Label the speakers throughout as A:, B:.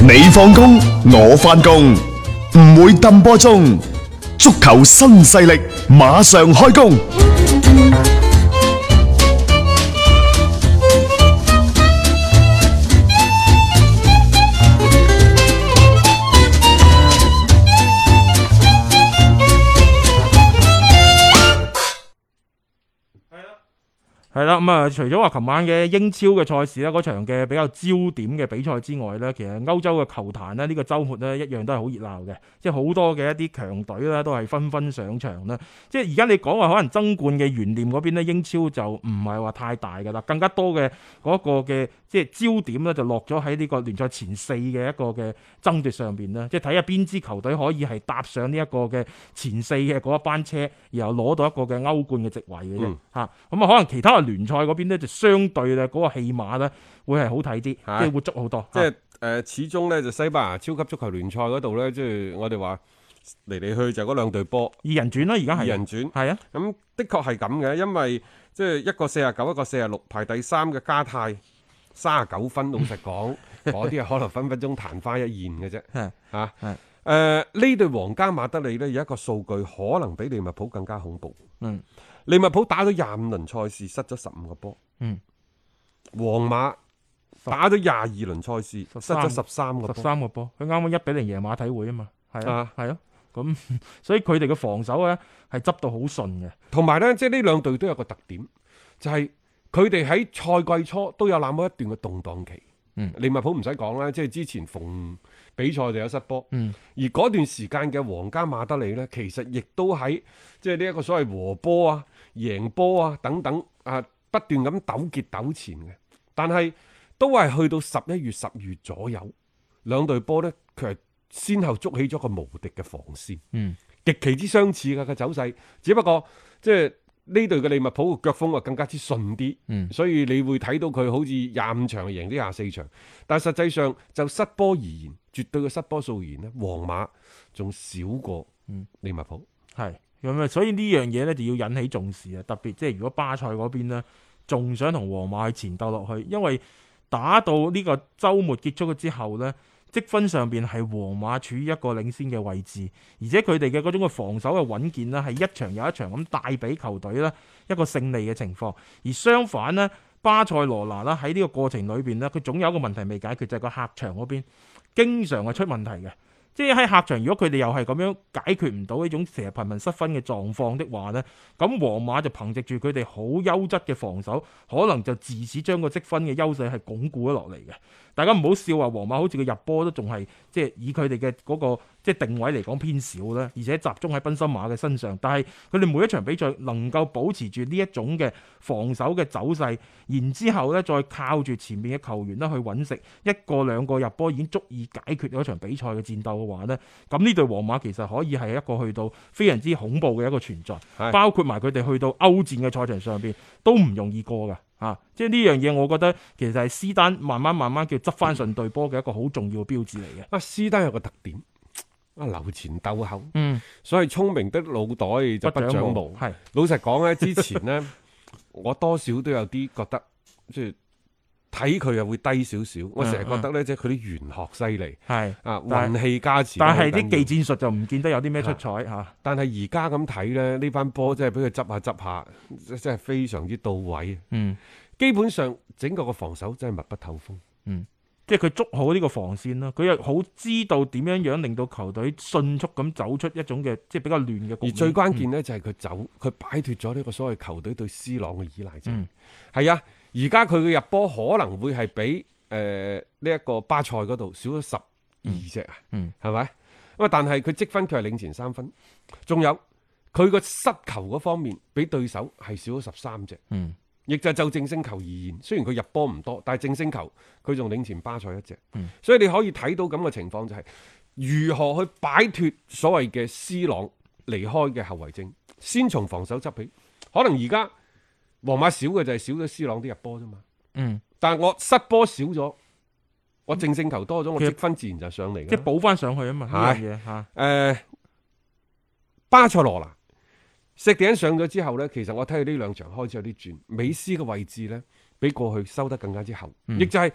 A: 你放工，我翻工，唔會抌波鐘。足球新勢力馬上開工。
B: 係啦，咁啊，除咗話琴晚嘅英超嘅賽事啦，嗰場嘅比較焦點嘅比賽之外咧，其實歐洲嘅球壇咧，呢個週末咧一樣都係好熱鬧嘅，即係好多嘅一啲強隊啦，都係紛紛上場啦。即係而家你講話可能爭冠嘅懸念嗰邊咧，英超就唔係話太大㗎啦，更加多嘅嗰個嘅即係焦點咧，就落咗喺呢個聯賽前四嘅一個嘅爭奪上邊啦。即係睇下邊支球隊可以係搭上呢一個嘅前四嘅嗰一班車，然後攞到一個嘅歐冠嘅席位嘅啫。嚇咁
C: 嗯
B: 啊，可能其他嘅聯賽嗰邊咧就相對咧嗰個戲碼咧會係好睇啲，即係活捉好多。
C: 即係誒、呃始終呢，就西班牙超級足球聯賽嗰度呢，即係我哋話嚟嚟去去就嗰兩隊波
B: 二人轉啦，而家係
C: 二人轉，咁、
B: 係啊，
C: 的確係咁嘅，因為即係一個四十九，一個四十六，排第三嘅加泰三十九分，老實 講，嗰啲係啊可能分分鐘曇花一現嘅啫，
B: 係
C: 嚇、
B: 係
C: 誒呢隊皇家馬德里呢，有一個數據可能比利物浦更加恐怖。
B: 嗯，
C: 利物浦打咗廿五輪賽事，失咗十五個波。
B: 嗯，
C: 皇馬打咗廿二輪賽事，失咗十三個
B: 十
C: 波。
B: 三個波，佢啱啱一比零贏馬體會啊嘛，係啊
C: 啊，
B: 係咯、咁 所以佢哋嘅防守咧係執到好順嘅，
C: 同埋呢，即係呢兩隊都有個特點，就係佢哋喺賽季初都有那麼一段嘅動盪期。
B: 嗯
C: 利物浦唔使講啦，即係之前逢比賽就有失波。
B: 嗯，
C: 而嗰段時間嘅皇家馬德里呢，其實亦都喺即係呢一個所謂和波啊、贏波啊等等啊，不斷咁糾結糾纏嘅。但係都係去到十一月、十二月左右，兩隊波呢，佢係先後捉起咗個無敵嘅防線。
B: 嗯，
C: 極其之相似嘅個走勢，只不過即係呢隊嘅利物浦嘅腳風啊更加之順啲。
B: 嗯
C: 所以你會睇到佢好似廿五場贏咗廿四場，但係實際上就失波而言，絕對嘅失波數而言咧，皇馬仲少過
B: 嗯
C: 利物浦。
B: 係咁啊，所以呢樣嘢咧就要引起重視啊，特別即係如果巴塞嗰邊咧仲想同皇馬去前鬥落去，因為打到呢個週末結束咗之後咧。積分上邊係皇馬處於一個領先嘅位置，而且佢哋嘅嗰種嘅防守嘅穩健呢，係一場又一場咁帶俾球隊呢一個勝利嘅情況。而相反呢，巴塞羅那啦喺呢個過程裏邊呢，佢總有一個問題未解決，就係、個客場嗰邊經常係出問題嘅。即係喺客場，如果佢哋又係咁樣解決唔到呢種成日頻頻失分嘅狀況的話呢，咁皇馬就憑藉住佢哋好優質嘅防守，可能就自此將個積分嘅優勢係鞏固咗落嚟嘅。大家唔好笑話，皇馬好似佢入波都仲係即係以佢哋嘅嗰個即係定位嚟講偏少啦，而且集中喺賓森馬嘅身上。但係佢哋每一場比賽能夠保持住呢一種嘅防守嘅走勢，然之後咧再靠住前面嘅球員咧去揾食，一個兩個入波已經足以解決咗場比賽嘅戰鬥嘅話呢，咁呢隊皇馬其實可以係一個去到非常之恐怖嘅一個存在，
C: 係
B: 包括埋佢哋去到歐戰嘅賽場上邊都唔容易過㗎。啊！即係呢樣嘢，我覺得其實係斯丹慢慢慢慢叫執翻順隊波嘅一個好重要嘅標誌嚟嘅。
C: 啊，斯丹有個特點，啊留前鬥後，
B: 嗯，
C: 所以聰明的腦袋就不長毛。
B: 係
C: 老實講咧，之前呢， 我多少都有啲覺得，即係睇佢又會低少少。我成日覺得呢，即係佢啲玄學犀利
B: 係，
C: 啊，
B: 嗯但
C: 運氣加持。
B: 但係啲，技戰術就唔見得有啲咩出彩啊嚇。
C: 但係而家咁睇呢，呢班波真係俾佢執下執下，真真係非常之到位。
B: 嗯，
C: 基本上整個個防守真係密不透風。
B: 即係佢捉好呢個防線啦，佢又好知道點樣樣令到球隊迅速咁走出一種嘅即係比較亂嘅局
C: 而
B: 面。嗯
C: 最關鍵呢，就係佢走，佢擺脱咗呢個所謂球隊對 C 朗嘅依賴啫
B: 嗯。
C: 係啊，而家佢嘅入波可能會係比誒呢一個巴塞嗰度少咗十二隻啊，
B: 嗯
C: 係咪？咁啊，但係佢積分佢係領前三分，仲有佢個失球嗰方面比對手係少咗十三隻，
B: 嗯
C: 亦就就正勝球而言，雖然佢入波唔多，但係正勝球佢仲領前巴塞一隻，
B: 嗯
C: 所以你可以睇到咁嘅情況就係、如何去擺脱所謂嘅 C 朗離開嘅後遺症，先從防守執起。可能而家皇馬少嘅就係少咗 C 朗啲入波啫嘛。
B: 嗯，
C: 但係我失波少咗，我正勝球多咗，我
B: 其實
C: 積分自然就上嚟
B: 即係
C: 嘅。
B: 補翻上去啊嘛呢樣嘢嚇。
C: 誒，巴塞羅那石頂上咗之後呢，其實我睇佢呢兩場開始有啲轉，美斯嘅位置呢，比過去收得更加之後，
B: 嗯
C: 亦就係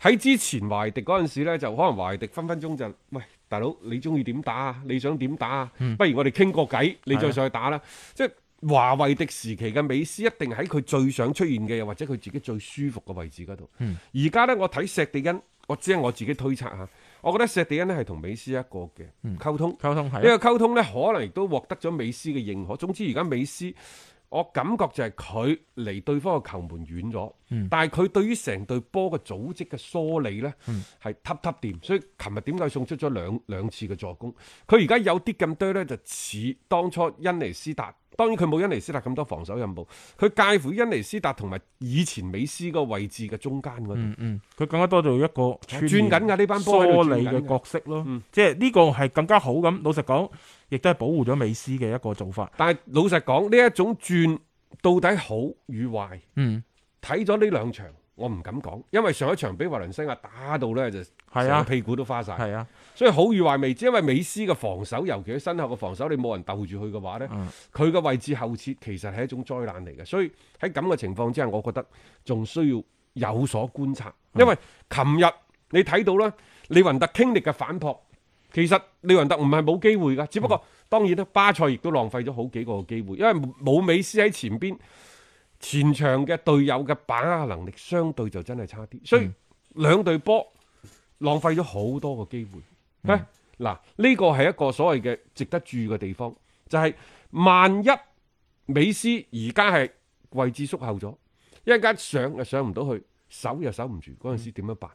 C: 喺之前懷迪嗰陣時咧，就可能懷迪分分鐘就喂大佬，你中意點打啊？你想點打啊？不如我哋傾個偈，你再上去打啦。即係華為迪時期嘅美斯，一定喺佢最想出現嘅，又或者佢自己最舒服嘅位置嗰度。而家呢，我睇石地恩，我只係我自己推測嚇，我覺得石地恩呢係同美斯一個嘅溝通。
B: 溝通係啊
C: 呢個溝通呢，可能亦都獲得咗美斯嘅認可。總之而家美斯，我感覺就係佢離對方嘅球門遠咗，但係佢對於成隊波嘅組織嘅梳理呢，係揼揼掂。所以琴日點解送出咗兩兩次嘅助攻？佢而家有啲咁多呢，就似當初恩尼斯達。當然佢冇恩尼斯達咁多防守任務，佢介乎恩尼斯達同埋以前美斯嗰個位置嘅中間嗰度。
B: 嗯嗯，佢更加多做一個串
C: 轉
B: 聯
C: 緊㗎呢班波喺度
B: 梳理嘅
C: 轉緊㗎嗯
B: 角色咯，即係呢個係更加好咁。老實講，亦都係保護咗美斯嘅一個做法。
C: 但係老實講，呢一種轉到底好與壞？
B: 嗯，
C: 睇咗呢兩場，我唔敢講，因為上一場俾華倫西亞打到呢，就
B: 係啊
C: 成個屁股都花晒，
B: 係啊，
C: 所以好與壞未知。因為美斯嘅防守，尤其喺身後嘅防守，你冇人鬥住佢嘅話呢，佢嘅、位置後撤其實係一種災難嚟嘅。所以喺咁嘅情況之下，我覺得仲需要有所觀察，因為琴日你睇到啦，李雲特傾力嘅反撲。其實李雲特唔係冇機會㗎，只不過當然啦，巴塞亦都浪費咗好幾個嘅機會，因為冇美斯喺前邊，前場嘅隊友嘅把握能力相對就真係差啲，所以兩隊波浪費咗好多個機會。誒嗱、呢個係一個所謂嘅值得注意嘅地方，就係、萬一美斯而家係位置縮後咗，一陣間上又上唔到去，守又守唔住，嗰陣時點樣辦？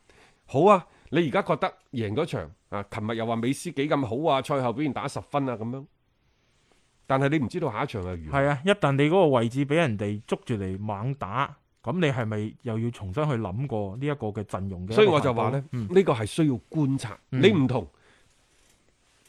C: 好啊！你而家覺得贏咗場啊？琴日又話美斯幾咁好啊，賽後表現打十分啊咁樣，但係你唔知道下一場又如何。
B: 係啊，一旦你嗰個位置俾人哋捉住嚟猛打，咁你係咪又要重新去諗過呢一個嘅陣容嘅？
C: 所以我就話咧，
B: 嗯
C: 呢個係需要觀察。
B: 嗯
C: 你唔同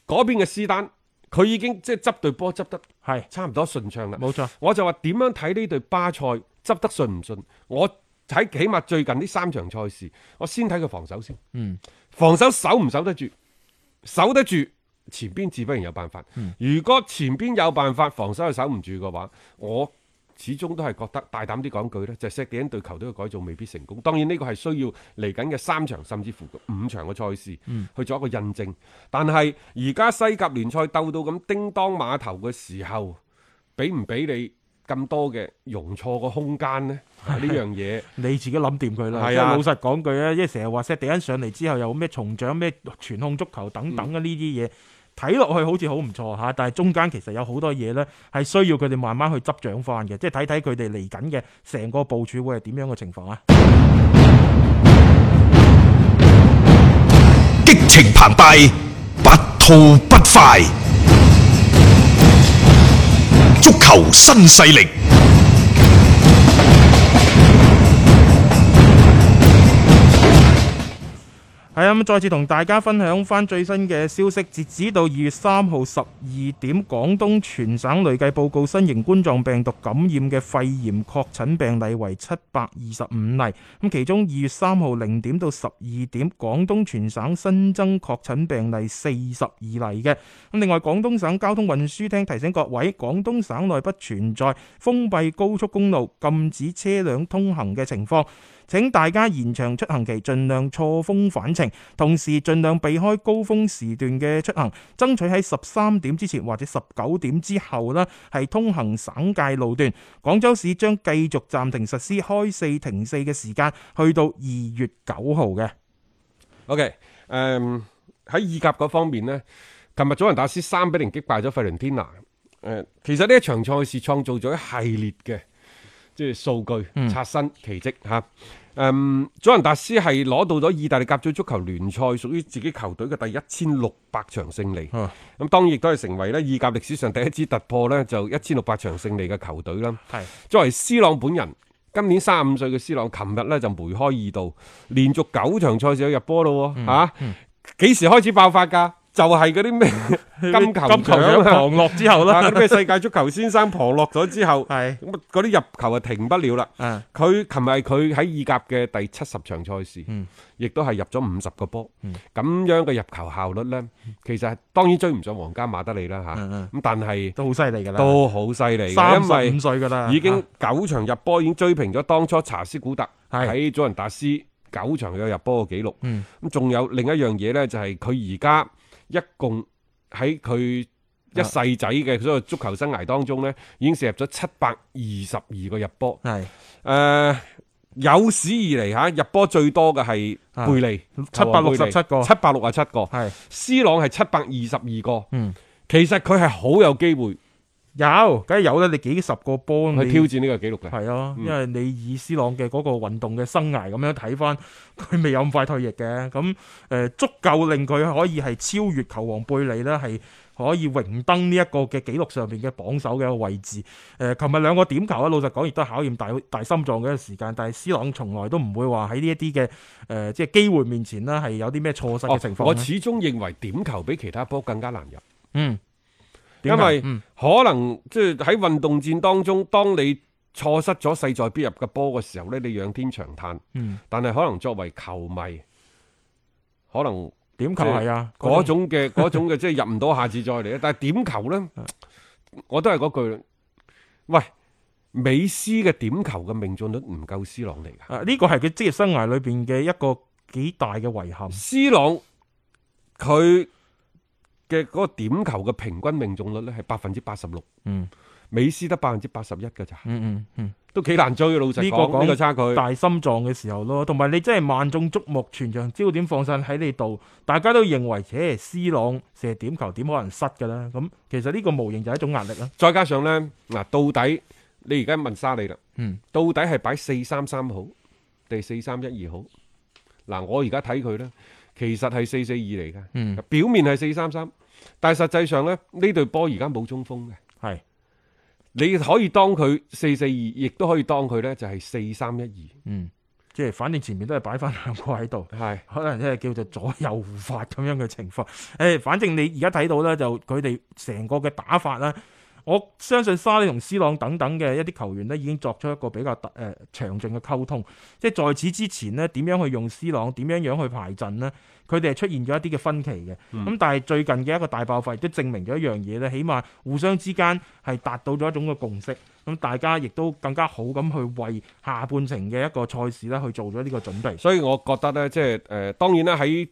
C: 嗰邊嘅斯丹，佢已經即係執對波執得
B: 係
C: 差唔多順暢啦。
B: 冇錯，
C: 我就話點樣睇呢隊巴塞執得順唔順？我睇起碼最近呢三場賽事，我先睇佢防守先。
B: 嗯，
C: 防守守唔守得住？守得住，前邊自不然有辦法。如果前邊有辦法，防守又守唔住嘅話，我始終都係覺得大膽啲講句呢，就係石地恩對球隊嘅改造未必成功。當然呢個係需要嚟緊嘅三場甚至乎五場嘅賽事、去做一個印證。但係而家西甲聯賽鬥到咁叮當馬頭嘅時候，俾唔俾你咁多嘅容錯嘅空間呢？啊呢樣嘢。
B: 你自己諗掂佢啦。
C: 係啊
B: 即係老實講句啊，即係成日話 set 地恩上嚟之後有咩重掌、咩傳控足球等
C: 嗯
B: 等嘅呢啲嘢。睇落去好似好唔錯嚇，但係中間其實有好多嘢呢係需要佢哋慢慢去執掌翻嘅，即係睇睇佢哋嚟緊嘅成個部署會係點樣嘅情況啊！
A: 激情澎湃，不吐不快。足球新勢力，
B: 係啊，咁再次同大家分享翻最新嘅消息，截止到二月三號十二點，廣東全省累計報告新型冠狀病毒感染嘅肺炎確診病例為七百二十五例。咁其中二月三號零點到十二點，廣東全省新增確診病例四十二例嘅。咁另外，廣東省交通運輸廳提醒各位，廣東省內不存在封閉高速公路禁止車輛通行嘅情況。請大家延長出行期，盡量錯峰返程，同時盡量避開高峰時段嘅出行，爭取喺十三點之前或者十九點之後呢係通行省界路段。廣州市將繼續暫停實施開四停四嘅時間，去到二月九號嘅。
C: OK，誒、喺意甲嗰方面呢，琴日祖雲達斯三比零擊敗咗費倫天拿。誒、其實呢一場賽事創造咗一系列嘅即係數
B: 嗯
C: 據刷新奇蹟嚇。誒，祖雲達斯係攞到咗意大利甲組足球聯賽屬於自己球隊嘅第一千六百場勝利。咁、
B: 啊
C: 當然亦都係成為咧意甲歷史上第一支突破呢就一千六百場勝利嘅球隊啦。
B: 係
C: 作為斯朗本人，今年三十五歲嘅斯朗，琴日呢就梅開二度，連續九場賽事有入波咯
B: 嗯
C: 喎，嚇、幾、時開始爆發㗎？就係嗰 啲咩金球
B: 金球獎
C: 獎啊
B: 旁落之後
C: 啊，
B: 啦
C: 嗰，啲咩世界足球先生旁落咗 之後，咁啊
B: 係
C: 嗰啲入球啊停不了啦。
B: 啊
C: 佢琴日係佢喺意甲嘅第七十場賽事
B: 嗯，
C: 亦都係入咗五十個波，咁樣嘅入球效率呢，其實係當然追唔上皇家馬德里啦嚇，
B: 嗯嗯
C: 咁但係
B: 都好犀利㗎啦，
C: 都好犀利嘅，
B: 三
C: 因
B: 十
C: 為
B: 五歲㗎啦，
C: 已經
B: 啊
C: 九場入波已經追平咗當初查斯古特
B: 係
C: 喺祖雲達斯九場有入波嘅記錄。
B: 嗯
C: 咁仲有另一樣嘢呢，就係佢而家一共喺佢一世仔嘅所有足球生涯當中呢，已經射入咗七百二十二個入波。
B: 係
C: 誒、有史以嚟嚇入波最多嘅係
B: 啊
C: 貝利，
B: 767個
C: 七百六啊七個。
B: 係
C: C 朗係七百二十二個。
B: 嗯
C: 其實佢係好有機會
B: 有，梗係有啦！你幾十個波你
C: 去挑戰呢個紀錄嘅。
B: 係啊，
C: 嗯
B: 因為你以斯朗嘅嗰個運動嘅生涯咁樣睇翻，佢未有咁快退役嘅，咁誒、呃足夠令佢可以係超越球王貝利呢，係可以榮登呢一個嘅紀錄上邊嘅榜首嘅一個位置。誒、呃琴日兩個點球啊，老實講亦都係考驗大大心臟嘅一個時間，但係斯朗從來都唔會話喺呢一啲嘅誒即係機會面前呢，係有啲咩錯失嘅情況啊呢、
C: 哦我始終認為點球比其他波更加難入。
B: 嗯，
C: 因為
B: 嗯
C: 可能即係喺運動戰當中，當你錯失咗勢在必入嘅波嘅時候呢，你仰天長嘆。
B: 嗯
C: 但係可能作為球迷，可能
B: 點球
C: 即係
B: 係啊
C: 嗰種嘅嗰種嘅即係入唔到，下次再嚟啊。但係點球呢，我都係嗰句啦。喂，美斯嘅點球嘅命中率唔夠斯朗嚟㗎。
B: 啊呢個係佢職業生涯裏邊嘅一個幾大嘅遺憾。
C: 斯朗佢嘅嗰個點球嘅平均命中率呢係百分之八十六，
B: 嗯
C: 美斯得百分之八十一㗎咋。
B: 嗯嗯
C: 都幾難追嘅，老實
B: 呢個
C: 講
B: 講
C: 呢個差距。
B: 嗯，大心臟嘅時候咯，同埋你真係萬眾矚目，全場焦點放晒喺你度，大家都認為，且 C 朗射點球點可能失㗎啦。咁其實呢個無形就係一種壓力啦。
C: 再加上呢，嗱，到底你而家問沙利啦，
B: 嗯
C: 到底係擺四三三好定四三一二好？嗱，我而家睇佢呢，其實係四四二嚟嘅，
B: 嗯，
C: 表面係四三三，但係實際上呢，呢隊波而家冇中鋒嘅，
B: 係
C: 你可以當佢四四二，亦都可以當佢呢就係四三一
B: 嗯，即係反正前面都係擺翻兩個喺度。
C: 二，係
B: 可能真係叫做左右互發咁樣嘅情況。誒、反正你而家睇到咧，就佢哋成個嘅打法啦，我相信沙利同斯朗等等嘅一啲球員呢，已經作出一個比較特誒、呃、詳盡嘅溝通。即係在此之前呢，點樣去用斯朗，點樣樣去排陣呢？佢哋係出現咗一啲嘅分歧嘅。咁、但係最近嘅一個大爆發，亦都證明咗一樣嘢咧，起碼互相之間係達到咗一種嘅共識。咁大家亦都更加好咁去為下半程嘅一個賽事咧去做咗呢個準備。
C: 所以我覺得呢，即係誒、呃，當然啦，喺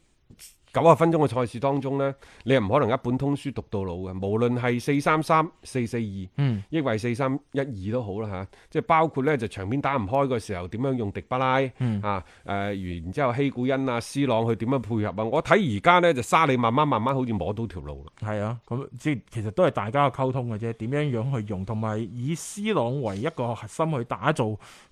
C: 九十分鐘嘅賽事當中呢，你係唔可能一本通書讀到老嘅，無論係四三三、四四二。
B: 嗯
C: 抑或四三一二都好啦嚇，即係包括呢，就場面打唔開嘅時候點樣用迪巴拉、
B: 嗯
C: 啊誒、然之後希古恩啊、斯朗去點樣配合啊？我睇而家呢，就沙利慢慢慢慢好似摸到條路啦。
B: 係啊，咁即係其實都係大家嘅溝通嘅啫，點樣樣去用，同埋以 C 朗為一個核心去打造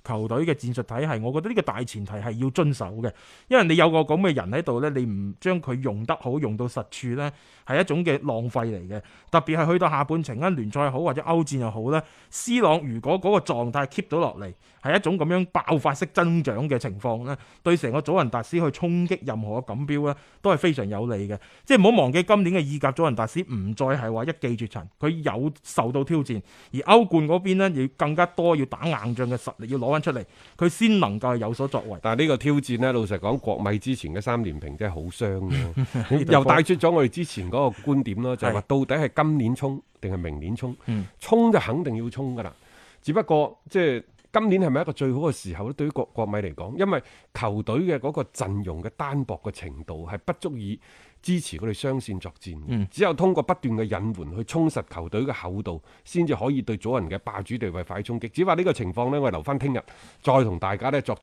B: 球隊嘅戰術體系，我覺得呢個大前提係要遵守嘅，因為你有個咁嘅人喺度呢，你唔將佢用得好，用到實處呢，係一種嘅浪費嚟嘅。特別係去到下半程啦，聯賽好或者歐戰又好呢 c 朗如果嗰個狀態 keep 到落嚟，係一種咁樣爆發式增長嘅情況呢，對成個祖雲達斯去衝擊任何嘅錦標呢，都係非常有利嘅。即係唔好忘記今年嘅意甲祖雲達斯唔再係話一記絕塵，佢有受到挑戰，而歐冠嗰邊呢，要更加多要打硬仗嘅實力要攞翻出嚟，佢先能夠有所作為。
C: 但係呢個挑戰呢，老實講，國米之前嘅三連平真係好傷 嘅，又帶出咗我哋之前嗰個觀點咯，就係、話到底係今年衝定係明年衝？
B: 嗯
C: 衝就肯定要衝㗎啦，只不過即係。今年係咪一個最好嘅時候咧？對於國國米嚟講，因為球隊嘅嗰個陣容嘅單薄嘅程度係不足以支持佢哋雙線作戰嘅，
B: 嗯
C: 只有通過不斷嘅引援去充實球隊嘅厚度，先至可以對祖人嘅霸主地位快速衝擊。只話呢個情況呢，我哋留翻聽日再同大家咧作。